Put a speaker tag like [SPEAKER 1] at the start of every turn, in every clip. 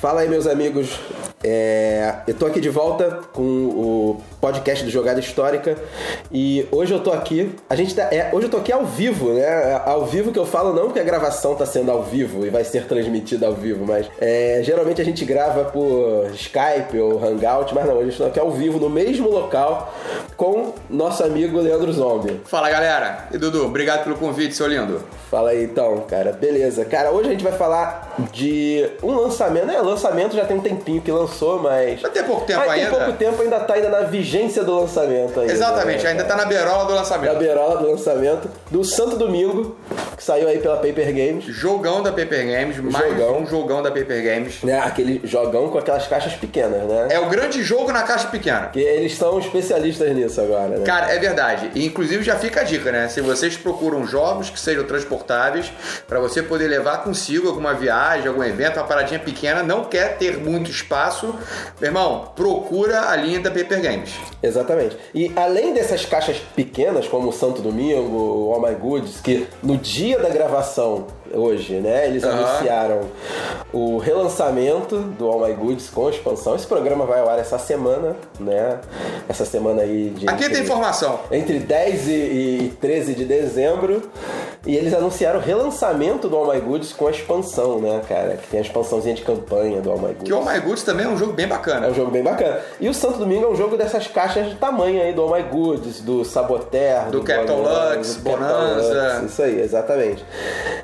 [SPEAKER 1] Fala aí, meus amigos. É, eu tô aqui de volta com o podcast do Jogada Histórica e hoje eu tô aqui. A gente tá, é, hoje eu tô aqui ao vivo, né? É Ao vivo que eu falo não que a gravação tá sendo ao vivo e vai ser transmitida ao vivo, mas é, geralmente a gente grava por Skype ou Hangout, mas não, hoje eu tô aqui ao vivo no mesmo local com nosso amigo Leandro Zombie.
[SPEAKER 2] Fala galera, e Dudu, obrigado pelo convite, seu lindo.
[SPEAKER 1] Fala aí então, cara. Beleza. Cara, hoje a gente vai falar de um lançamento. É, lançamento já tem um tempinho que lançou, mas.
[SPEAKER 2] Vai ter pouco tempo
[SPEAKER 1] Ah,
[SPEAKER 2] ainda.
[SPEAKER 1] Tem pouco tempo, ainda tá ainda na vigência do lançamento ainda.
[SPEAKER 2] Exatamente,
[SPEAKER 1] né,
[SPEAKER 2] ainda
[SPEAKER 1] cara?
[SPEAKER 2] tá na beirola do
[SPEAKER 1] Da
[SPEAKER 2] lançamento.
[SPEAKER 1] beirola do lançamento do Santo Domingo, que saiu aí pela Paper Games.
[SPEAKER 2] Jogão da Paper Games, mais
[SPEAKER 1] Jogão.
[SPEAKER 2] um jogão da Paper Games.
[SPEAKER 1] Né? Aquele jogão com aquelas caixas pequenas, né?
[SPEAKER 2] É o grande jogo na caixa pequena.
[SPEAKER 1] Que eles são especialistas nisso agora, né?
[SPEAKER 2] Cara, é verdade. E, inclusive já fica a dica, né? Se vocês procuram jogos que sejam transportáveis pra você poder levar consigo alguma viagem, algum evento, uma paradinha pequena, não quer ter muito espaço, meu irmão, procura a linha da Paper Games.
[SPEAKER 1] Exatamente. E além dessas caixas pequenas, como o Santo Domingo, o All My Goods, que no dia da gravação, hoje, né, eles
[SPEAKER 2] Aham.
[SPEAKER 1] anunciaram o relançamento do All My Goods com expansão. Esse programa vai ao ar essa semana, né? Essa semana aí de.
[SPEAKER 2] Aqui tem informação.
[SPEAKER 1] Entre 10 e e 13 de dezembro. E eles anunciaram o relançamento do All My Goods com a expansão, né, cara? Que tem a expansãozinha de campanha do All My Goods.
[SPEAKER 2] Que o Oh My Goods também é um jogo bem bacana.
[SPEAKER 1] É um jogo bem bacana. E o Santo Domingo é um jogo dessas caixas de tamanho aí, do Oh My Goods, do Saboteur,
[SPEAKER 2] Do Capitão
[SPEAKER 1] Bonanza,
[SPEAKER 2] Lux,
[SPEAKER 1] do Capitão
[SPEAKER 2] Bonanza.
[SPEAKER 1] Lux, isso aí, exatamente.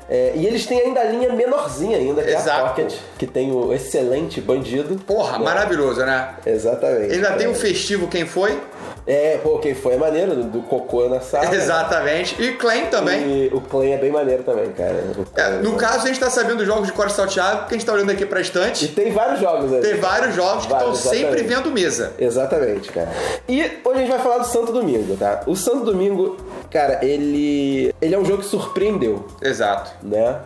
[SPEAKER 1] É, e eles têm ainda a linha menorzinha ainda, que é
[SPEAKER 2] Exato.
[SPEAKER 1] a Pocket, que tem o excelente bandido.
[SPEAKER 2] Porra, maravilhoso, né?
[SPEAKER 1] Exatamente.
[SPEAKER 2] Ele já tem um
[SPEAKER 1] É.
[SPEAKER 2] o festivo Quem Foi,
[SPEAKER 1] É, pô, quem foi é maneiro, do, do Cocô na sala. né?
[SPEAKER 2] exatamente, e Claim também.
[SPEAKER 1] E o Clan é bem maneiro também, cara. O Clan
[SPEAKER 2] É,
[SPEAKER 1] é
[SPEAKER 2] no
[SPEAKER 1] bom.
[SPEAKER 2] caso, a gente tá sabendo dos jogos de Core Salteado, porque a gente tá olhando aqui pra
[SPEAKER 1] E
[SPEAKER 2] estante,
[SPEAKER 1] tem vários jogos aí.
[SPEAKER 2] tem vários jogos que estão
[SPEAKER 1] Vários,
[SPEAKER 2] sempre
[SPEAKER 1] exatamente.
[SPEAKER 2] vendo mesa.
[SPEAKER 1] Exatamente, cara. E hoje a gente vai falar do Santo Domingo, tá? O Santo Domingo, cara, ele ele é um jogo que surpreendeu,
[SPEAKER 2] Exato.
[SPEAKER 1] né?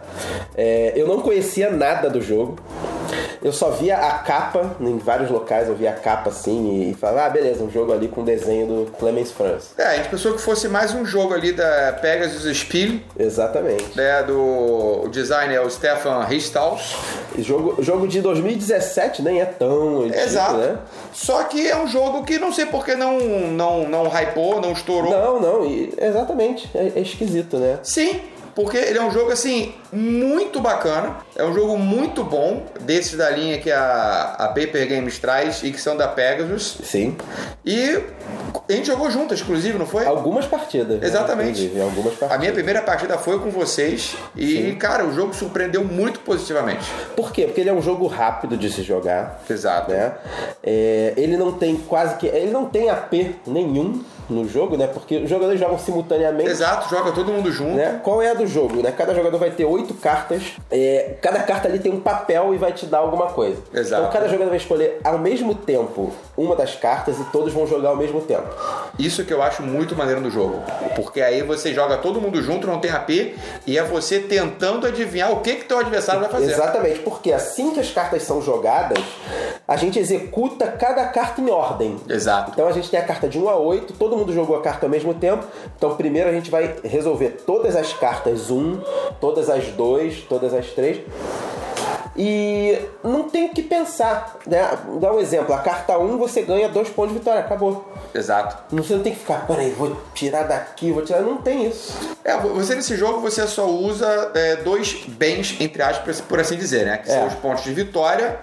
[SPEAKER 1] É, eu não conhecia nada do jogo. Eu só via a capa, em vários locais eu via a capa assim e falava, ah, beleza, um jogo ali com desenho do Clemens France.
[SPEAKER 2] É, a gente pensou que fosse mais um jogo ali da Pegasus Spiel,
[SPEAKER 1] Exatamente.
[SPEAKER 2] né, do o designer é o Stefan Ristaus.
[SPEAKER 1] E Jogo, jogo de 2017 nem é tão antigo,
[SPEAKER 2] Exato.
[SPEAKER 1] né?
[SPEAKER 2] Só que é um jogo que não sei por que não, não, não hypou, não estourou.
[SPEAKER 1] Não, não, e- exatamente. É- é esquisito, né?
[SPEAKER 2] Sim, porque ele é um jogo assim muito bacana, é um jogo muito bom desses da linha que a, a Paper Games traz e que são da Pegasus.
[SPEAKER 1] Sim.
[SPEAKER 2] E a gente jogou juntas, inclusive, não foi?
[SPEAKER 1] Algumas partidas. né?
[SPEAKER 2] Exatamente.
[SPEAKER 1] Inclusive, algumas partidas.
[SPEAKER 2] A minha primeira partida foi com vocês e, cara, o jogo surpreendeu muito positivamente.
[SPEAKER 1] Por quê? Porque ele é um jogo rápido de se jogar,
[SPEAKER 2] Exato.
[SPEAKER 1] né? É, ele não tem quase que. Ele não tem AP nenhum no jogo, né? Porque os jogadores jogam simultaneamente.
[SPEAKER 2] Exato, joga todo mundo junto.
[SPEAKER 1] Né? Qual é a do jogo? Né? Cada jogador vai ter oito cartas. é, cada carta ali tem um papel e vai te dar alguma coisa.
[SPEAKER 2] Exato.
[SPEAKER 1] Então cada jogador vai escolher ao mesmo tempo uma das cartas e todos vão jogar ao mesmo tempo.
[SPEAKER 2] Isso que eu acho muito maneiro no jogo. Porque aí você joga todo mundo junto, não tem AP, e é você tentando adivinhar o que que teu adversário vai fazer.
[SPEAKER 1] Exatamente, porque assim que as cartas são jogadas, a gente executa cada carta em ordem.
[SPEAKER 2] Exato.
[SPEAKER 1] Então a gente tem a carta de 1 a 8, todo mundo jogou a carta ao mesmo tempo. Então primeiro a gente vai resolver todas as cartas 1, todas as 2, todas as 3. E não tem o que pensar, né? Dá um exemplo, a carta 1 você ganha 2 pontos de vitória, acabou.
[SPEAKER 2] Exato.
[SPEAKER 1] Não- Você não tem que ficar, peraí, vou tirar daqui, vou tirar. Não tem isso.
[SPEAKER 2] É, você nesse jogo você só usa é, dois bens, entre aspas, por assim dizer, né? Que
[SPEAKER 1] É.
[SPEAKER 2] são os pontos de vitória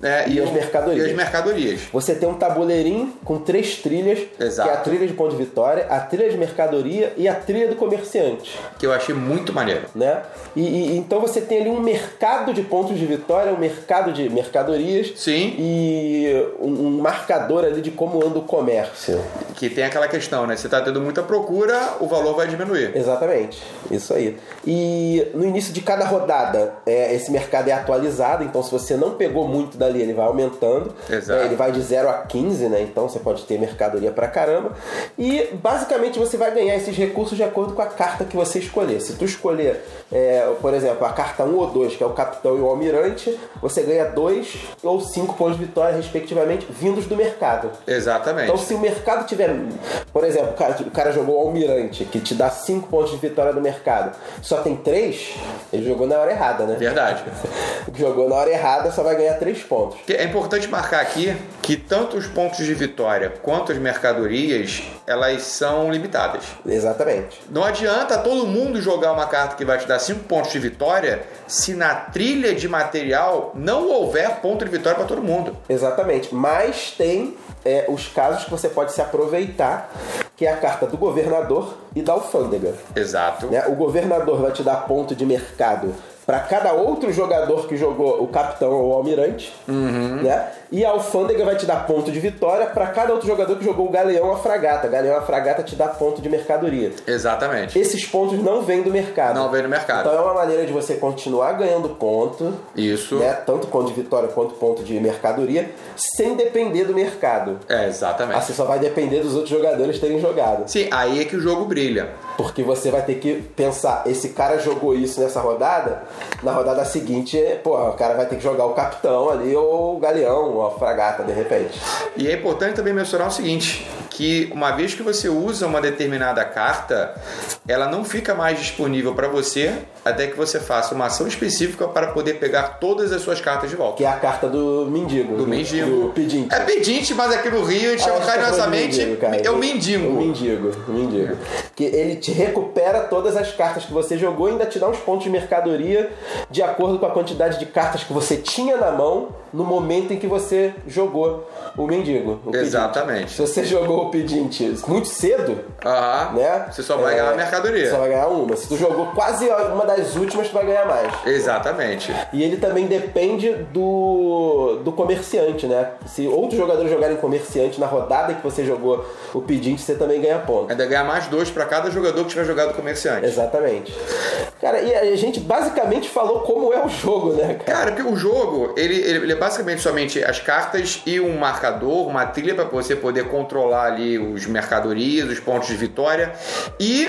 [SPEAKER 2] né,
[SPEAKER 1] E as
[SPEAKER 2] o-
[SPEAKER 1] mercadorias.
[SPEAKER 2] E as mercadorias.
[SPEAKER 1] Você tem um tabuleirinho com três trilhas,
[SPEAKER 2] Exato.
[SPEAKER 1] que é a trilha de ponto de vitória, a trilha de mercadoria e a trilha do comerciante.
[SPEAKER 2] Que eu achei muito maneiro.
[SPEAKER 1] né? E, e- então você tem ali um mercado de pontos de vitória, um mercado de mercadorias
[SPEAKER 2] Sim,
[SPEAKER 1] e um, um marcador ali de como anda o comércio.
[SPEAKER 2] que tem aquela questão, né? Você tá tendo muita procura, o valor vai diminuir.
[SPEAKER 1] Exatamente, isso aí. E no início de cada rodada, é, esse mercado é atualizado, então se você não pegou muito dali, ele vai aumentando.
[SPEAKER 2] Exato.
[SPEAKER 1] né? Ele vai de 0 a 15, né? Então você pode ter mercadoria pra caramba. E basicamente você vai ganhar esses recursos de acordo com a carta um que você escolher. Se tu escolher, é, por exemplo, a carta 1 ou 2, que é o capitão e o almirante, estreante, você ganha 2 ou 5 pontos de vitória, respectivamente, vindos do mercado.
[SPEAKER 2] Exatamente.
[SPEAKER 1] Então, se o mercado tiver. Por exemplo, o cara, o cara jogou o Almirante, que te dá 5 pontos de vitória do mercado, só tem 3, ele jogou na hora errada, né?
[SPEAKER 2] Verdade.
[SPEAKER 1] Jogou na hora errada, só vai ganhar 3 pontos.
[SPEAKER 2] É importante marcar aqui que tanto os pontos de vitória quanto as mercadorias, elas são limitadas.
[SPEAKER 1] Exatamente.
[SPEAKER 2] Não adianta todo mundo jogar uma carta que vai te dar 5 pontos de vitória se na trilha de material não houver ponto de vitória para todo mundo.
[SPEAKER 1] Exatamente. Mas tem é, os casos que você pode se aproveitar, que é a carta do governador e da alfândega.
[SPEAKER 2] Exato.
[SPEAKER 1] né? O governador vai te dar ponto de mercado para cada outro jogador que jogou o capitão ou o almirante,
[SPEAKER 2] Uhum.
[SPEAKER 1] né? E a alfândega vai te dar ponto de vitória para cada outro jogador que jogou o galeão ou a fragata. Galeão ou a fragata te dá ponto de mercadoria.
[SPEAKER 2] Exatamente.
[SPEAKER 1] Esses pontos não vêm do mercado.
[SPEAKER 2] Não vem no mercado.
[SPEAKER 1] Então é uma maneira de você continuar ganhando ponto,
[SPEAKER 2] Isso.
[SPEAKER 1] né? Tanto ponto de vitória quanto ponto de mercadoria, sem depender do mercado.
[SPEAKER 2] É, exatamente.
[SPEAKER 1] Ah, Você só vai depender dos outros jogadores terem jogado.
[SPEAKER 2] Sim, aí é que o jogo brilha.
[SPEAKER 1] Porque você vai ter que pensar, esse cara jogou isso nessa rodada, na rodada seguinte, pô, o cara vai ter que jogar o capitão ali, ou o galeão, ou a fragata, de repente.
[SPEAKER 2] E é importante também mencionar o seguinte, que uma vez que você usa uma determinada carta, ela não fica mais disponível para você até que você faça uma ação específica para poder pegar todas as suas cartas de volta.
[SPEAKER 1] Que é a carta do mendigo.
[SPEAKER 2] Do mendigo.
[SPEAKER 1] Do pedinte.
[SPEAKER 2] É pedinte, mas aqui no Rio a gente
[SPEAKER 1] Ah,
[SPEAKER 2] chama
[SPEAKER 1] acho que é
[SPEAKER 2] carinhosamente
[SPEAKER 1] mendigo, cara.
[SPEAKER 2] é o
[SPEAKER 1] O
[SPEAKER 2] mendigo.
[SPEAKER 1] mendigo, o mendigo. Que ele te recupera todas as cartas que você jogou e ainda te dá uns pontos de mercadoria de acordo com a quantidade de cartas que você tinha na mão no momento em que você jogou o mendigo. o pedinte.
[SPEAKER 2] Exatamente.
[SPEAKER 1] Se você jogou o pedinte muito cedo,
[SPEAKER 2] Aham.
[SPEAKER 1] né?
[SPEAKER 2] Você só vai ganhar mercadoria.
[SPEAKER 1] Você só vai ganhar uma. Se tu jogou quase uma das últimas, tu vai ganhar mais.
[SPEAKER 2] Exatamente.
[SPEAKER 1] E ele também depende do, do comerciante, né? Se outros jogadores jogarem comerciante na rodada que você jogou o pedinte, você também ganha ponto.
[SPEAKER 2] Ainda ganhar mais dois para cada jogador que tiver jogado comerciante.
[SPEAKER 1] Exatamente. Cara, e a gente basicamente falou como é o jogo, né, cara?
[SPEAKER 2] Cara, porque o jogo, ele, ele, ele é basicamente somente as cartas e um marcador, uma trilha para você poder controlar ali os mercadorias, os pontos de vitória e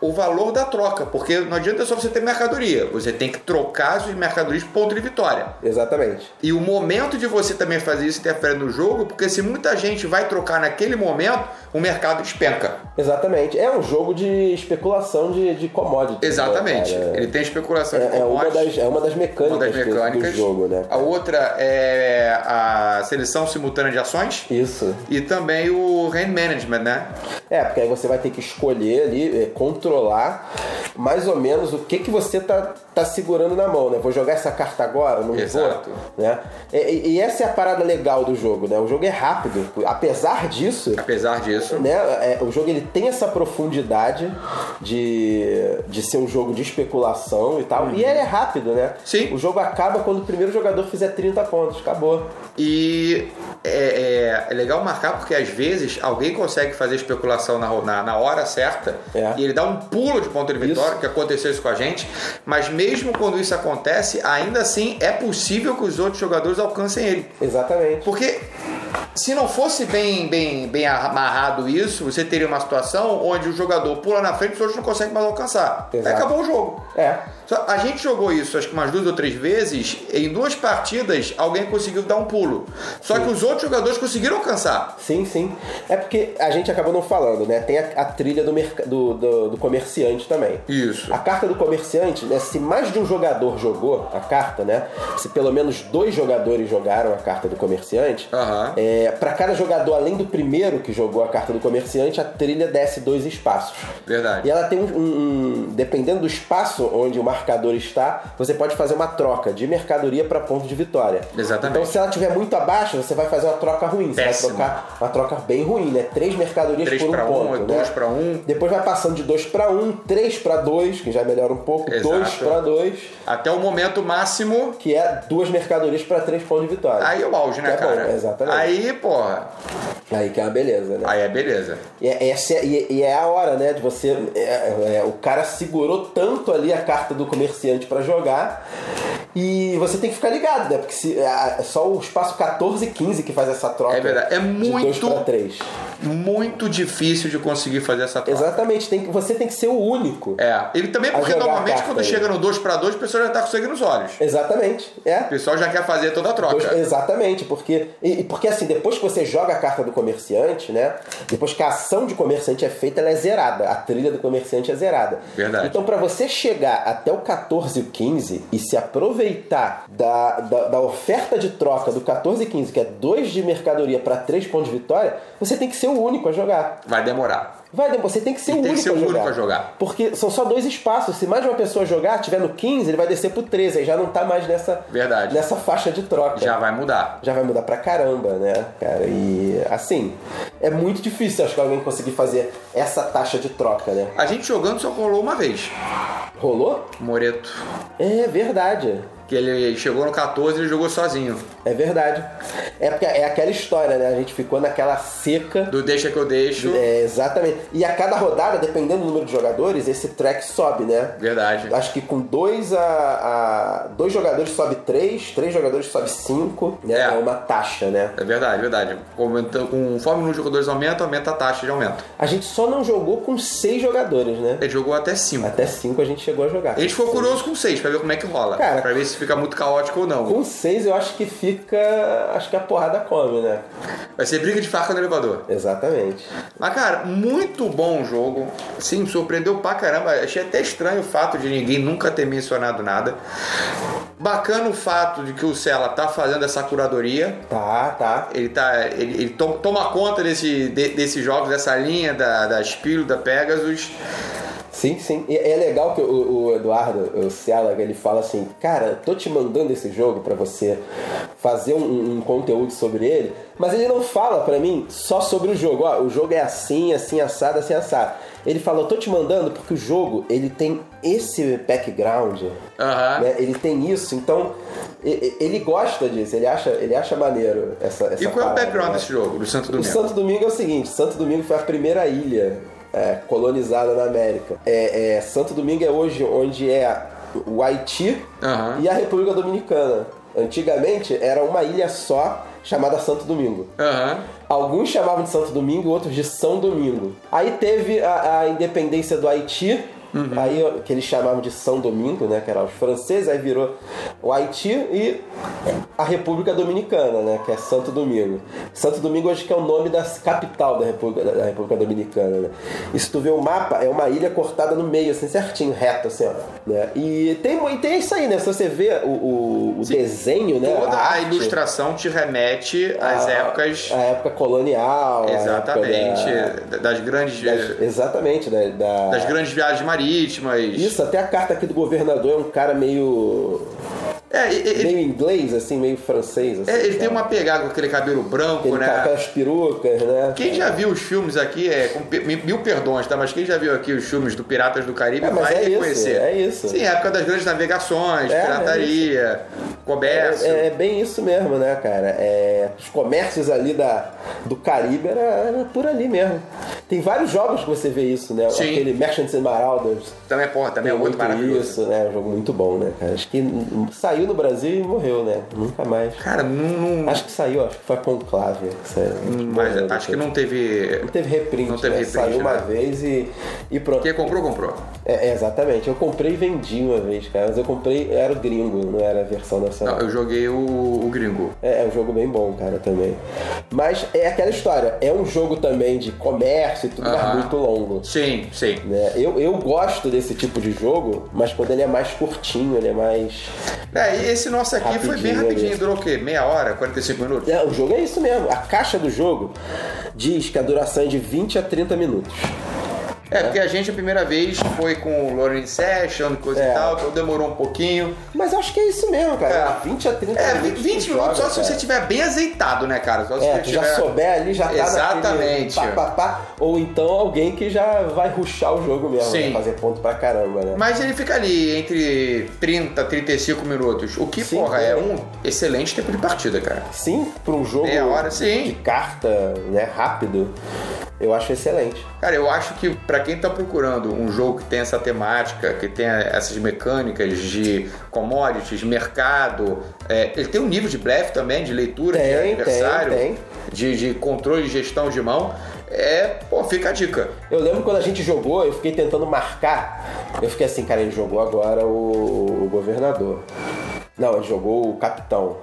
[SPEAKER 2] o valor da troca, porque não adianta só você ter mercadoria, você tem que trocar as suas mercadorias por ponto de vitória.
[SPEAKER 1] Exatamente.
[SPEAKER 2] E o momento de você também fazer isso interfere no jogo, porque se muita gente vai trocar naquele momento, o mercado despenca.
[SPEAKER 1] Exatamente. É um jogo de especulação de, de commodity.
[SPEAKER 2] Exatamente.
[SPEAKER 1] Né, cara?
[SPEAKER 2] Ele tem especulação de
[SPEAKER 1] é, é uma
[SPEAKER 2] commodities.
[SPEAKER 1] das, é uma das mecânicas,
[SPEAKER 2] uma das
[SPEAKER 1] do-
[SPEAKER 2] mecânicas.
[SPEAKER 1] do jogo, né?
[SPEAKER 2] A outra é a seleção simultânea de ações
[SPEAKER 1] Isso.
[SPEAKER 2] e também o hand management, né?
[SPEAKER 1] É, porque aí você vai ter que escolher ali, eh, controlar mais ou menos o que que você tá, tá segurando na mão, né? Vou jogar essa carta agora, não
[SPEAKER 2] Exato.
[SPEAKER 1] vou, né? E, e- e essa é a parada legal do jogo, né? O jogo é rápido, apesar disso,
[SPEAKER 2] Apesar disso,
[SPEAKER 1] né? é, o jogo ele tem essa profundidade de, de ser um jogo de especulação e tal, e ele é rápido, né?
[SPEAKER 2] Uhum. Sim.
[SPEAKER 1] O jogo acaba quando o primeiro jogador fizer 30 pontos, acabou.
[SPEAKER 2] E é, é- é legal marcar porque às vezes alguém consegue fazer especulação na, na, na hora certa
[SPEAKER 1] É.
[SPEAKER 2] e ele dá um pulo de ponto de vitória,
[SPEAKER 1] Isso.
[SPEAKER 2] que aconteceu isso com a gente, mas mesmo quando isso acontece, ainda assim é possível que os outros jogadores alcancem ele.
[SPEAKER 1] Exatamente.
[SPEAKER 2] Porque se não fosse bem, bem, bem amarrado isso, você teria uma situação onde o jogador pula na frente e os outros não conseguem mais alcançar. Aí
[SPEAKER 1] Exato.
[SPEAKER 2] acabou o jogo.
[SPEAKER 1] É,
[SPEAKER 2] Só- A gente jogou isso acho que umas duas ou três vezes. Em duas partidas, alguém conseguiu dar um pulo. Só que os outros jogadores conseguiram alcançar.
[SPEAKER 1] Sim, sim. É porque a gente acabou não falando, né? Tem a, a trilha do, merc- do, do, do comerciante também.
[SPEAKER 2] Isso.
[SPEAKER 1] A carta do comerciante, né? Se mais de um jogador jogou a carta, né? Se pelo menos dois jogadores jogaram a carta do comerciante,
[SPEAKER 2] Aham.
[SPEAKER 1] é, para cada jogador, além do primeiro que jogou a carta do comerciante, a trilha desce dois espaços. E
[SPEAKER 2] Verdade.
[SPEAKER 1] ela tem um, um- um- Dependendo do espaço onde o marcador está, você pode fazer uma troca de mercadoria para ponto de vitória.
[SPEAKER 2] Exatamente.
[SPEAKER 1] Então, se ela estiver muito abaixo, você vai fazer uma troca ruim. Você
[SPEAKER 2] Péssimo.
[SPEAKER 1] vai trocar uma troca bem ruim, né? Três mercadorias
[SPEAKER 2] Três
[SPEAKER 1] por um
[SPEAKER 2] pra um,
[SPEAKER 1] ponto. né?
[SPEAKER 2] dois pra um.
[SPEAKER 1] Depois vai passando de dois para um, três para dois, que já melhora um pouco,
[SPEAKER 2] Exato.
[SPEAKER 1] dois para dois,
[SPEAKER 2] Até o momento máximo.
[SPEAKER 1] que é duas mercadorias para três pontos de vitória.
[SPEAKER 2] Aí é o auge, né,
[SPEAKER 1] Que é bom,
[SPEAKER 2] cara?
[SPEAKER 1] exatamente.
[SPEAKER 2] Aí, porra.
[SPEAKER 1] Aí que é uma beleza, né?
[SPEAKER 2] Aí é beleza.
[SPEAKER 1] E é, essa é- e é- e é a hora, né? De você. é- é- o cara segurou tanto ali a carta do comerciante pra jogar E você tem que ficar ligado, né? Porque se, é só o espaço 14 e 15 que faz essa troca.
[SPEAKER 2] É verdade. É
[SPEAKER 1] De 2
[SPEAKER 2] muito-
[SPEAKER 1] para 3.
[SPEAKER 2] Muito difícil de conseguir fazer essa troca.
[SPEAKER 1] Exatamente. Tem que, você tem que ser o único.
[SPEAKER 2] É. Ele também, porque
[SPEAKER 1] jogar a
[SPEAKER 2] normalmente
[SPEAKER 1] carta
[SPEAKER 2] quando
[SPEAKER 1] aí.
[SPEAKER 2] chega no 2 para 2, o pessoal já tá com sangue nos olhos.
[SPEAKER 1] Exatamente.
[SPEAKER 2] O
[SPEAKER 1] É.
[SPEAKER 2] pessoal já quer fazer toda a troca.
[SPEAKER 1] Dois- exatamente, porque e, e porque assim, depois que você joga a carta do comerciante, né? Depois que a ação de comerciante é feita, ela é zerada. A trilha do comerciante é zerada.
[SPEAKER 2] Verdade.
[SPEAKER 1] Então, pra você chegar até o 14 e o 15 e se aproveitar da, da, da oferta de troca do 14 e 15, que é 2 de mercadoria pra 3 pontos de vitória, você tem que ser o único a jogar.
[SPEAKER 2] Vai demorar.
[SPEAKER 1] Vai, Demo, você tem que ser
[SPEAKER 2] E
[SPEAKER 1] o
[SPEAKER 2] tem que
[SPEAKER 1] único,
[SPEAKER 2] ser o
[SPEAKER 1] a
[SPEAKER 2] único
[SPEAKER 1] jogar.
[SPEAKER 2] a jogar.
[SPEAKER 1] Porque são só dois espaços. Se mais de uma pessoa jogar, tiver no 15, ele vai descer pro 13. Aí já não tá mais nessa,
[SPEAKER 2] Verdade.
[SPEAKER 1] nessa faixa de troca.
[SPEAKER 2] Já vai mudar.
[SPEAKER 1] Já vai mudar pra caramba, né, cara? E assim, é muito difícil acho que alguém conseguir fazer essa taxa de troca, né?
[SPEAKER 2] A gente jogando só rolou uma vez.
[SPEAKER 1] Rolou?
[SPEAKER 2] Moreto.
[SPEAKER 1] É verdade.
[SPEAKER 2] Que ele chegou no 14 e ele jogou sozinho.
[SPEAKER 1] É verdade. É porque é aquela história, né? A gente ficou naquela seca.
[SPEAKER 2] Do deixa que eu deixo.
[SPEAKER 1] É, exatamente. E a cada rodada, dependendo do número de jogadores, esse track sobe, né?
[SPEAKER 2] Verdade.
[SPEAKER 1] Acho que com dois a, a- dois jogadores sobe três, três jogadores sobe cinco, né?
[SPEAKER 2] É.
[SPEAKER 1] É, uma taxa, né?
[SPEAKER 2] É verdade, verdade. Aumenta- Conforme o número de jogadores aumenta, aumenta a taxa de aumento.
[SPEAKER 1] A gente só não jogou com seis jogadores, né?
[SPEAKER 2] Ele jogou até 5.
[SPEAKER 1] Até cinco a gente chegou a jogar.
[SPEAKER 2] A gente ficou curioso com 6 pra ver como é que rola.
[SPEAKER 1] Cara,
[SPEAKER 2] pra ver se fica muito caótico ou não.
[SPEAKER 1] Com seis eu acho que fica, acho que a porrada come, né?
[SPEAKER 2] Vai ser briga de faca no elevador.
[SPEAKER 1] Exatamente.
[SPEAKER 2] Mas, cara, muito bom o jogo. Sim, me surpreendeu pra caramba. Achei até estranho o fato de ninguém nunca ter mencionado nada. Bacana o fato de que o Sela tá fazendo essa curadoria.
[SPEAKER 1] Tá, tá.
[SPEAKER 2] Ele, tá, ele, ele to- toma conta desse, de- desses jogos, dessa linha da, da Spiro, da Pegasus.
[SPEAKER 1] Sim, sim. E é legal que o, o Eduardo, o Ciala, ele fala assim, cara, tô te mandando esse jogo pra você fazer um, um conteúdo sobre ele, mas ele não fala pra mim só sobre o jogo. Ó, o jogo é assim, assim, assado, assim, assado. Ele fala, eu tô te mandando porque o jogo, ele tem esse background,
[SPEAKER 2] Aham.
[SPEAKER 1] né? Ele tem isso, então e- e- ele gosta disso, ele acha, ele acha maneiro essa, essa
[SPEAKER 2] E qual é o
[SPEAKER 1] parada,
[SPEAKER 2] background
[SPEAKER 1] né?
[SPEAKER 2] desse jogo, do Santo
[SPEAKER 1] O
[SPEAKER 2] Domingo?
[SPEAKER 1] Santo Domingo é o seguinte: Santo Domingo foi a primeira ilha é, colonizada na América. É, é, Santo Domingo é hoje onde é o Haiti
[SPEAKER 2] Aham.
[SPEAKER 1] e a República Dominicana. Antigamente era uma ilha só chamada Santo Domingo.
[SPEAKER 2] Aham.
[SPEAKER 1] Alguns chamavam de Santo Domingo, outros de São Domingo. Aí teve a, a independência do Haiti,
[SPEAKER 2] Uhum.
[SPEAKER 1] aí ó, que eles chamavam de São Domingo, né? Que eram os franceses, aí virou o Haiti e a República Dominicana, né? Que é Santo Domingo. Santo Domingo hoje que é o nome da capital da República, da- da República Dominicana, né? E se tu vê o mapa, é uma ilha cortada no meio, assim, certinho, reto, assim, ó. Né? E, tem, mu- e tem isso aí, né? Se você vê o, o- o desenho, né?
[SPEAKER 2] Toda a
[SPEAKER 1] arte,
[SPEAKER 2] ilustração te remete às
[SPEAKER 1] a-
[SPEAKER 2] épocas.
[SPEAKER 1] A Ah, época colonial. a
[SPEAKER 2] Exatamente.
[SPEAKER 1] época
[SPEAKER 2] da- Das grandes.
[SPEAKER 1] da- das- exatamente, da, da-
[SPEAKER 2] Das grandes viagens marítimas.
[SPEAKER 1] Isso, até a carta aqui do governador é um cara meio.
[SPEAKER 2] É, e- e- ele,
[SPEAKER 1] meio inglês, assim, meio francês. Assim,
[SPEAKER 2] é, ele
[SPEAKER 1] sabe?
[SPEAKER 2] tem uma pegada com aquele cabelo branco,
[SPEAKER 1] Aquele cara com
[SPEAKER 2] né?
[SPEAKER 1] as perucas, né?
[SPEAKER 2] Quem já viu os filmes aqui, é, com pe- mil mil perdões, tá? Mas quem já viu aqui os filmes do Piratas do Caribe
[SPEAKER 1] É, mas
[SPEAKER 2] vai
[SPEAKER 1] é isso,
[SPEAKER 2] reconhecer.
[SPEAKER 1] é isso.
[SPEAKER 2] Sim, época das grandes navegações,
[SPEAKER 1] É,
[SPEAKER 2] pirataria, comércio.
[SPEAKER 1] É, é bem isso mesmo, né, cara? É, os comércios ali da, do Caribe era, era por ali mesmo. Tem vários jogos que você vê isso, né?
[SPEAKER 2] Sim.
[SPEAKER 1] Aquele Merchants and Marauders.
[SPEAKER 2] Também, porra, também
[SPEAKER 1] Tem
[SPEAKER 2] é muito, maravilhoso.
[SPEAKER 1] Isso, né? É um jogo muito bom, né, cara? Acho que hum, saiu no Brasil e morreu, né? Nunca mais.
[SPEAKER 2] Cara, não. não-
[SPEAKER 1] Acho que saiu, acho que foi a Conclave. que saiu. Muito
[SPEAKER 2] Hum, mas
[SPEAKER 1] bom, né,
[SPEAKER 2] acho que
[SPEAKER 1] depois.
[SPEAKER 2] não teve.
[SPEAKER 1] Não teve reprint,
[SPEAKER 2] não teve
[SPEAKER 1] né?
[SPEAKER 2] reprint,
[SPEAKER 1] Saiu uma
[SPEAKER 2] né?
[SPEAKER 1] vez e, e pronto.
[SPEAKER 2] Quem comprou, comprou.
[SPEAKER 1] É, é, exatamente. Eu comprei e vendi uma vez, cara. Mas eu comprei, era o gringo, não era a versão nacional.
[SPEAKER 2] Não, eu joguei o, o gringo.
[SPEAKER 1] É, é um jogo bem bom, cara, também. Mas é aquela história. É um jogo também de comércio e tudo,
[SPEAKER 2] Aham.
[SPEAKER 1] mas muito longo.
[SPEAKER 2] Sim, sim.
[SPEAKER 1] Né? Eu, eu gosto desse tipo de jogo, mas quando ele é mais curtinho, ele é mais.
[SPEAKER 2] É, e esse nosso aqui foi bem
[SPEAKER 1] Rapidinho,
[SPEAKER 2] rapidinho,
[SPEAKER 1] né?
[SPEAKER 2] durou o quê? Meia hora, 45 minutos?
[SPEAKER 1] É, o jogo é isso mesmo. A caixa do jogo diz que a duração é de 20 a 30 minutos.
[SPEAKER 2] É, porque a gente a primeira vez foi com o Lauren Session, coisa e
[SPEAKER 1] É.
[SPEAKER 2] tal, então demorou um pouquinho.
[SPEAKER 1] Mas eu acho que é isso mesmo, cara.
[SPEAKER 2] É.
[SPEAKER 1] 20 a 30
[SPEAKER 2] É,
[SPEAKER 1] minutos.
[SPEAKER 2] 20
[SPEAKER 1] tu
[SPEAKER 2] minutos
[SPEAKER 1] joga,
[SPEAKER 2] só se
[SPEAKER 1] cara.
[SPEAKER 2] você tiver bem azeitado, né, cara? Só se
[SPEAKER 1] É,
[SPEAKER 2] você
[SPEAKER 1] tu já
[SPEAKER 2] tiver-
[SPEAKER 1] souber ali, já tá
[SPEAKER 2] Exatamente.
[SPEAKER 1] naquele pá, pá, pá. Ou então alguém que já vai ruxar o jogo mesmo,
[SPEAKER 2] Sim.
[SPEAKER 1] vai fazer ponto pra caramba, né?
[SPEAKER 2] Mas ele fica ali entre 30 35 minutos. O que,
[SPEAKER 1] Sim,
[SPEAKER 2] porra, é
[SPEAKER 1] é.
[SPEAKER 2] um excelente tempo de partida, cara.
[SPEAKER 1] Sim, pra um jogo
[SPEAKER 2] Meia hora, sim.
[SPEAKER 1] de carta, né, rápido, eu acho excelente.
[SPEAKER 2] Cara, eu acho que pra para quem está procurando um jogo que tem essa temática, que tem essas mecânicas de commodities, mercado, é, ele tem um nível de blefe também, de leitura,
[SPEAKER 1] Tem,
[SPEAKER 2] de
[SPEAKER 1] tem,
[SPEAKER 2] adversário,
[SPEAKER 1] tem.
[SPEAKER 2] De, de controle e gestão de mão. É, pô, fica a dica.
[SPEAKER 1] Eu lembro quando a gente jogou, eu fiquei tentando marcar. Eu fiquei assim, cara, ele jogou agora o, o governador. Não, ele jogou o capitão.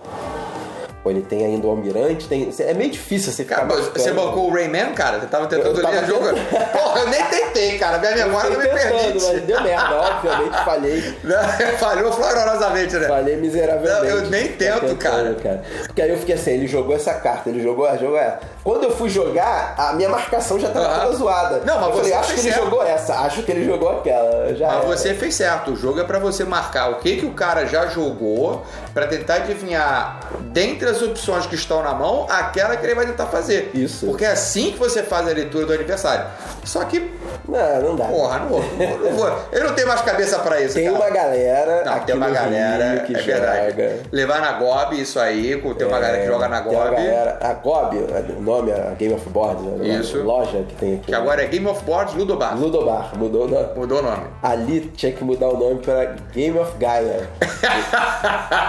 [SPEAKER 1] Pô, ele tem ainda o almirante, tem. É meio difícil você ficar.
[SPEAKER 2] Cara, mas você
[SPEAKER 1] marcando.
[SPEAKER 2] bancou o Rayman, cara? Você tava
[SPEAKER 1] Eu
[SPEAKER 2] tentando
[SPEAKER 1] tava
[SPEAKER 2] ler o jogo? Porra, eu nem tentei, cara. Minha memória não me
[SPEAKER 1] tentando,
[SPEAKER 2] permite.
[SPEAKER 1] mas deu merda, obviamente, falhei.
[SPEAKER 2] Não, Falhou flagorosamente, né?
[SPEAKER 1] Falei miseravelmente.
[SPEAKER 2] Não, eu nem tento,
[SPEAKER 1] Tentando,
[SPEAKER 2] cara.
[SPEAKER 1] Porque aí eu fiquei assim, ele jogou essa carta, ele jogou, essa, jogou essa. Quando eu fui jogar, a minha marcação já tava
[SPEAKER 2] Aham.
[SPEAKER 1] toda zoada.
[SPEAKER 2] Não, mas
[SPEAKER 1] eu falei,
[SPEAKER 2] você
[SPEAKER 1] acho
[SPEAKER 2] foi
[SPEAKER 1] que ele
[SPEAKER 2] certo.
[SPEAKER 1] jogou essa, acho que ele jogou aquela. Já
[SPEAKER 2] Mas
[SPEAKER 1] era.
[SPEAKER 2] você fez certo. O jogo é pra você marcar o que, que o cara já jogou pra tentar adivinhar dentre as opções que estão na mão aquela que ele vai tentar fazer.
[SPEAKER 1] Isso.
[SPEAKER 2] Porque é assim que você faz a leitura do adversário. Só que,
[SPEAKER 1] Não, não dá.
[SPEAKER 2] porra, não vou. Não vou, não vou. Eu não tenho mais cabeça pra isso,
[SPEAKER 1] Tem
[SPEAKER 2] cara.
[SPEAKER 1] uma galera
[SPEAKER 2] Não,
[SPEAKER 1] aqui
[SPEAKER 2] tem uma
[SPEAKER 1] no Rio
[SPEAKER 2] galera
[SPEAKER 1] que
[SPEAKER 2] é
[SPEAKER 1] joga. É,
[SPEAKER 2] verdade. Levar na Gob, isso aí, com- tem uma galera que joga na
[SPEAKER 1] Tem uma
[SPEAKER 2] Gob.
[SPEAKER 1] galera, a GOB, o nome é a Game of Boards, né?
[SPEAKER 2] Isso.
[SPEAKER 1] a loja que tem aqui.
[SPEAKER 2] Que agora é Game of Boards Ludobar.
[SPEAKER 1] Ludobar, mudou o nome.
[SPEAKER 2] Mudou o nome.
[SPEAKER 1] Ali tinha que mudar o nome pra Game of Gaia.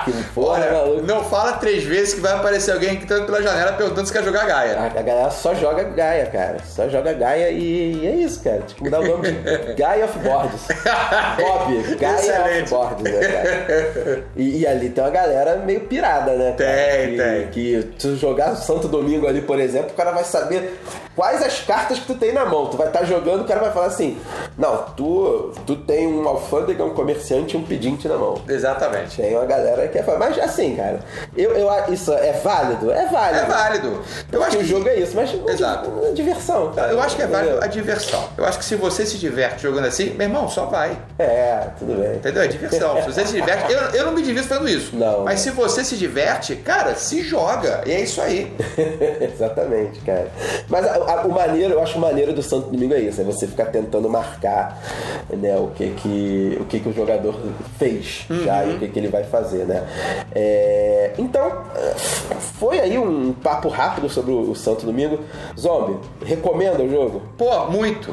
[SPEAKER 1] que porra,
[SPEAKER 2] Olha,
[SPEAKER 1] Ah, maluco.
[SPEAKER 2] não fala três vezes que vai aparecer alguém que tá pela janela perguntando se quer jogar Gaia.
[SPEAKER 1] A, a galera só joga Gaia, cara. Só joga Gaia e, e é isso, cara. Tinha que mudar o nome de Gaia of Boards. Bob, Gaia
[SPEAKER 2] Excelente.
[SPEAKER 1] of Boards, né, cara? E, e ali tem uma galera meio pirada, né?
[SPEAKER 2] Tem, tem.
[SPEAKER 1] que, Que se jogar Santo Domingo ali, por exemplo, o cara vai saber quais as cartas que tu tem na mão. Tu vai estar jogando, o cara vai falar assim: Não, tu, tu tem um alfândega, um comerciante e um pedinte na mão.
[SPEAKER 2] Exatamente.
[SPEAKER 1] Tem uma galera que é. fa- Mas assim, cara, eu, eu, a- isso é válido? É válido.
[SPEAKER 2] É válido. Eu acho
[SPEAKER 1] Porque
[SPEAKER 2] que
[SPEAKER 1] o jogo é isso, mas é
[SPEAKER 2] Exato.
[SPEAKER 1] di- é diversão. cara.
[SPEAKER 2] Eu acho que é válido a
[SPEAKER 1] Entendeu?
[SPEAKER 2] diversão. Eu acho que se você se diverte jogando assim, meu irmão, só vai.
[SPEAKER 1] É, tudo bem.
[SPEAKER 2] Entendeu? É diversão. Se você se diverte. Eu, eu não me divirto fazendo isso.
[SPEAKER 1] Não.
[SPEAKER 2] Mas se você se diverte, cara, se joga. E é isso aí.
[SPEAKER 1] Exatamente, cara. Mas a- a- o maneiro, eu acho o maneiro do Santo Domingo é isso, é você ficar tentando marcar né, o, que que, o que que o jogador fez já
[SPEAKER 2] Uhum.
[SPEAKER 1] e o que que ele vai fazer, né? É, então, foi aí um papo rápido sobre o Santo Domingo. Zombie, recomenda o jogo?
[SPEAKER 2] Pô, muito.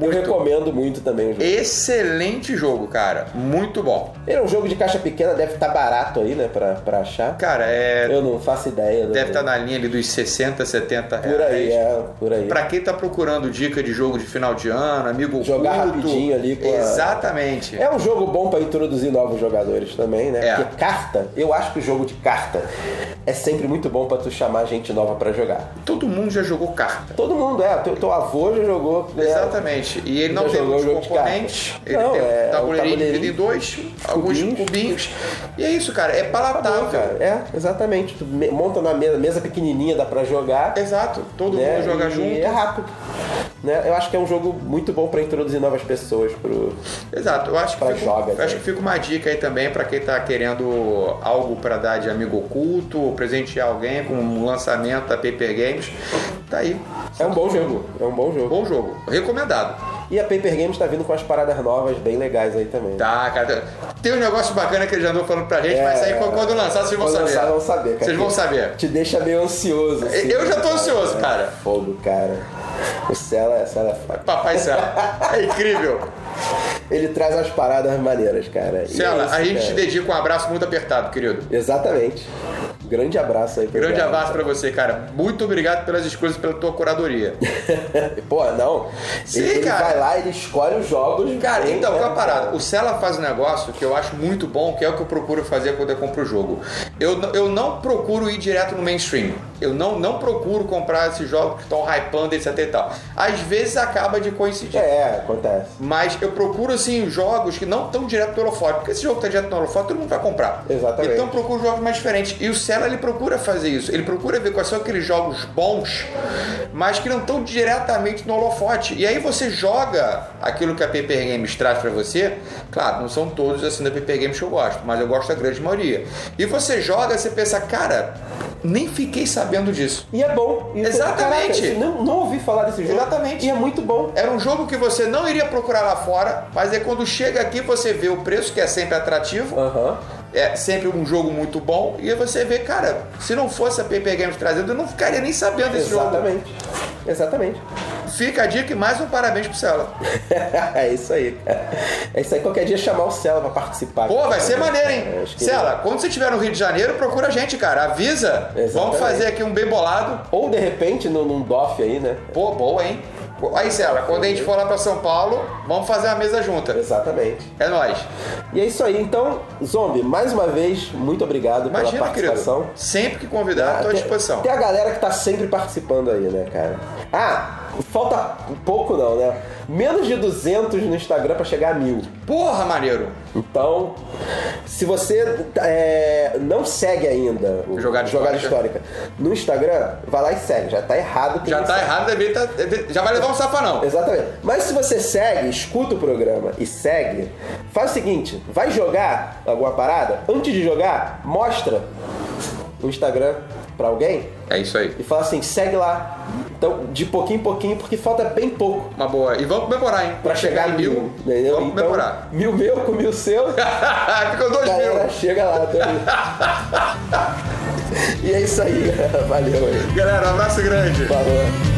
[SPEAKER 1] Eu recomendo muito também o jogo.
[SPEAKER 2] Excelente jogo, cara. Muito bom.
[SPEAKER 1] Ele é um jogo de caixa pequena, deve estar barato aí, né, pra, pra achar.
[SPEAKER 2] Cara, é.
[SPEAKER 1] Eu não faço ideia. né?
[SPEAKER 2] Deve estar na linha ali dos 60, 70 reais.
[SPEAKER 1] Por aí, é, por aí.
[SPEAKER 2] Pra quem tá procurando dica de jogo de final de ano, amigo
[SPEAKER 1] Jogar
[SPEAKER 2] culto,
[SPEAKER 1] rapidinho ali com a-
[SPEAKER 2] Exatamente.
[SPEAKER 1] É um jogo bom pra introduzir novos jogadores também, né?
[SPEAKER 2] É.
[SPEAKER 1] Porque carta, eu acho que o jogo de carta é sempre muito bom pra tu chamar gente nova pra jogar.
[SPEAKER 2] Todo mundo já jogou carta.
[SPEAKER 1] Todo mundo, é, teu, teu avô já jogou. né?
[SPEAKER 2] Exatamente. E ele não
[SPEAKER 1] Já
[SPEAKER 2] tem
[SPEAKER 1] jogou
[SPEAKER 2] muitos
[SPEAKER 1] jogo de
[SPEAKER 2] componentes.
[SPEAKER 1] carta.
[SPEAKER 2] Ele
[SPEAKER 1] Não,
[SPEAKER 2] tem
[SPEAKER 1] é,
[SPEAKER 2] um
[SPEAKER 1] o
[SPEAKER 2] tabuleirinho
[SPEAKER 1] tabuleirinho,
[SPEAKER 2] dividido em dois, alguns
[SPEAKER 1] cubinhos.
[SPEAKER 2] cubinhos. E é isso, cara. É
[SPEAKER 1] Acabou,
[SPEAKER 2] palatável.
[SPEAKER 1] cara. É, exatamente. Tu me- monta na mesa, mesa pequenininha, dá pra jogar.
[SPEAKER 2] Exato. Todo
[SPEAKER 1] né?
[SPEAKER 2] mundo joga
[SPEAKER 1] E
[SPEAKER 2] junto.
[SPEAKER 1] É rápido. Né? Eu acho que é um jogo muito bom pra introduzir novas pessoas pro.
[SPEAKER 2] Exato, eu acho que,
[SPEAKER 1] Pra
[SPEAKER 2] fica, um-
[SPEAKER 1] jovens,
[SPEAKER 2] eu acho
[SPEAKER 1] né?
[SPEAKER 2] que fica uma dica aí também pra quem tá querendo algo pra dar de amigo oculto, presentear alguém com um lançamento da Paper Games. Tá aí.
[SPEAKER 1] É um bom jogo. É um bom jogo.
[SPEAKER 2] Bom jogo, recomendado.
[SPEAKER 1] E a Paper Games tá vindo com as paradas novas bem legais aí também.
[SPEAKER 2] Tá, cara. Tem um negócio bacana que ele já andou falando pra gente,
[SPEAKER 1] É,
[SPEAKER 2] mas aí quando lançar vocês vão
[SPEAKER 1] Quando
[SPEAKER 2] saber.
[SPEAKER 1] lançar, vão saber, cara.
[SPEAKER 2] Vocês vão saber.
[SPEAKER 1] Te deixa meio ansioso. assim,
[SPEAKER 2] Eu já tô
[SPEAKER 1] cara.
[SPEAKER 2] ansioso, cara.
[SPEAKER 1] Fogo, cara. O Cela, Cela é foda.
[SPEAKER 2] Papai Céu. É incrível.
[SPEAKER 1] Ele traz as paradas maneiras, cara. E
[SPEAKER 2] Cela,
[SPEAKER 1] é isso,
[SPEAKER 2] a gente
[SPEAKER 1] cara.
[SPEAKER 2] te dedica um abraço muito apertado, querido.
[SPEAKER 1] Exatamente. Grande abraço aí. pro
[SPEAKER 2] Grande
[SPEAKER 1] Cela.
[SPEAKER 2] abraço pra você, cara. Muito obrigado pelas escolhas e pela tua curadoria.
[SPEAKER 1] Pô, não.
[SPEAKER 2] Sim,
[SPEAKER 1] ele, ele
[SPEAKER 2] cara.
[SPEAKER 1] vai lá, ele escolhe os jogos.
[SPEAKER 2] Cara,
[SPEAKER 1] bem,
[SPEAKER 2] então,
[SPEAKER 1] né?
[SPEAKER 2] qual é a parada? O Sela faz um negócio que eu acho muito bom, que é o que eu procuro fazer quando eu compro o jogo. Eu, n- eu não procuro ir direto no mainstream. Eu não, não procuro comprar esses jogos que estão hypando, etc e tal. Às vezes acaba de coincidir.
[SPEAKER 1] É, acontece.
[SPEAKER 2] Mas eu procuro, assim, jogos que não estão direto no holofote. Porque esse jogo que tá direto no holofote, todo mundo vai comprar.
[SPEAKER 1] Exatamente.
[SPEAKER 2] Então eu procuro jogos mais diferentes. E o Sela, ele procura fazer isso. Ele procura ver quais são aqueles jogos bons, mas que não estão diretamente no holofote. E aí você joga aquilo que a Paper Games traz pra você. Claro, não são todos, assim, da Paper Games que eu gosto. Mas eu gosto da grande maioria. E você joga, você pensa, cara, nem fiquei sabendo disso.
[SPEAKER 1] E é bom. E tu-
[SPEAKER 2] Exatamente.
[SPEAKER 1] Caraca, não, não ouvi falar desse jogo.
[SPEAKER 2] Exatamente.
[SPEAKER 1] E é muito bom.
[SPEAKER 2] Era um jogo que você não iria procurar lá fora, mas é quando chega aqui você vê o preço, que é sempre atrativo,
[SPEAKER 1] Aham.
[SPEAKER 2] é sempre um jogo muito bom, e aí você vê, cara, se não fosse a PP Games trazendo, eu não ficaria nem sabendo desse jogo.
[SPEAKER 1] Exatamente. Exatamente.
[SPEAKER 2] fica a dica e mais um parabéns pro Cela.
[SPEAKER 1] é isso aí, cara. É isso aí. Qualquer dia chamar o Cela pra participar.
[SPEAKER 2] Pô,
[SPEAKER 1] cara.
[SPEAKER 2] vai ser maneiro, hein?
[SPEAKER 1] É, acho que-
[SPEAKER 2] Cela, quando você estiver no Rio de Janeiro, procura a gente, cara. Avisa. Vamos
[SPEAKER 1] Exatamente.
[SPEAKER 2] fazer aqui um bem bolado.
[SPEAKER 1] Ou de repente num, num doff aí, né?
[SPEAKER 2] Pô, boa, hein? Aí, Cela, quando a gente for lá pra São Paulo, vamos fazer uma mesa junta.
[SPEAKER 1] Exatamente.
[SPEAKER 2] É nóis.
[SPEAKER 1] E é isso aí. Então, Zombie, mais uma vez, muito obrigado
[SPEAKER 2] Imagina,
[SPEAKER 1] pela
[SPEAKER 2] querido.
[SPEAKER 1] participação.
[SPEAKER 2] Sempre que convidar,
[SPEAKER 1] Ah,
[SPEAKER 2] estou à
[SPEAKER 1] tem-
[SPEAKER 2] disposição.
[SPEAKER 1] Tem a galera que tá sempre participando aí, né, cara? Ah, falta pouco não, né? Menos de 200 no Instagram pra chegar a mil.
[SPEAKER 2] Porra, maneiro.
[SPEAKER 1] Então, se você é, não segue ainda o
[SPEAKER 2] Jogada
[SPEAKER 1] Histórica no Instagram, vai lá e segue. Já tá errado. tem
[SPEAKER 2] Já
[SPEAKER 1] que
[SPEAKER 2] tá
[SPEAKER 1] seguir.
[SPEAKER 2] errado, deve tá, deve- já vai levar um safanão.
[SPEAKER 1] Exatamente. Mas se você segue, escuta o programa e segue, faz o seguinte, vai jogar alguma parada, antes de jogar, mostra o Instagram pra alguém
[SPEAKER 2] É isso aí.
[SPEAKER 1] e fala assim, segue lá. Então, de pouquinho em pouquinho, porque falta bem pouco
[SPEAKER 2] Uma boa. E vamos comemorar, hein?
[SPEAKER 1] pra
[SPEAKER 2] Quando chegar em mil.
[SPEAKER 1] entendeu?
[SPEAKER 2] Vamos
[SPEAKER 1] então,
[SPEAKER 2] comemorar.
[SPEAKER 1] mil meu com mil seu, a
[SPEAKER 2] Ficou dois
[SPEAKER 1] galera
[SPEAKER 2] mil.
[SPEAKER 1] chega lá também. e é isso aí, galera. Valeu aí.
[SPEAKER 2] Galera, um abraço grande.
[SPEAKER 1] Falou.